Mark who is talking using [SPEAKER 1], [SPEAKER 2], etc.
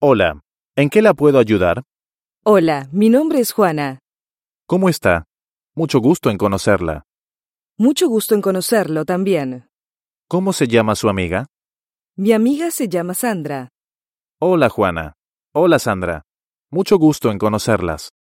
[SPEAKER 1] Hola, ¿en qué la puedo ayudar?
[SPEAKER 2] Hola, mi nombre es Juana.
[SPEAKER 1] ¿Cómo está? Mucho gusto en conocerla.
[SPEAKER 2] Mucho gusto en conocerlo también.
[SPEAKER 1] ¿Cómo se llama su amiga?
[SPEAKER 2] Mi amiga se llama Sandra.
[SPEAKER 1] Hola, Juana. Hola, Sandra. Mucho gusto en conocerlas.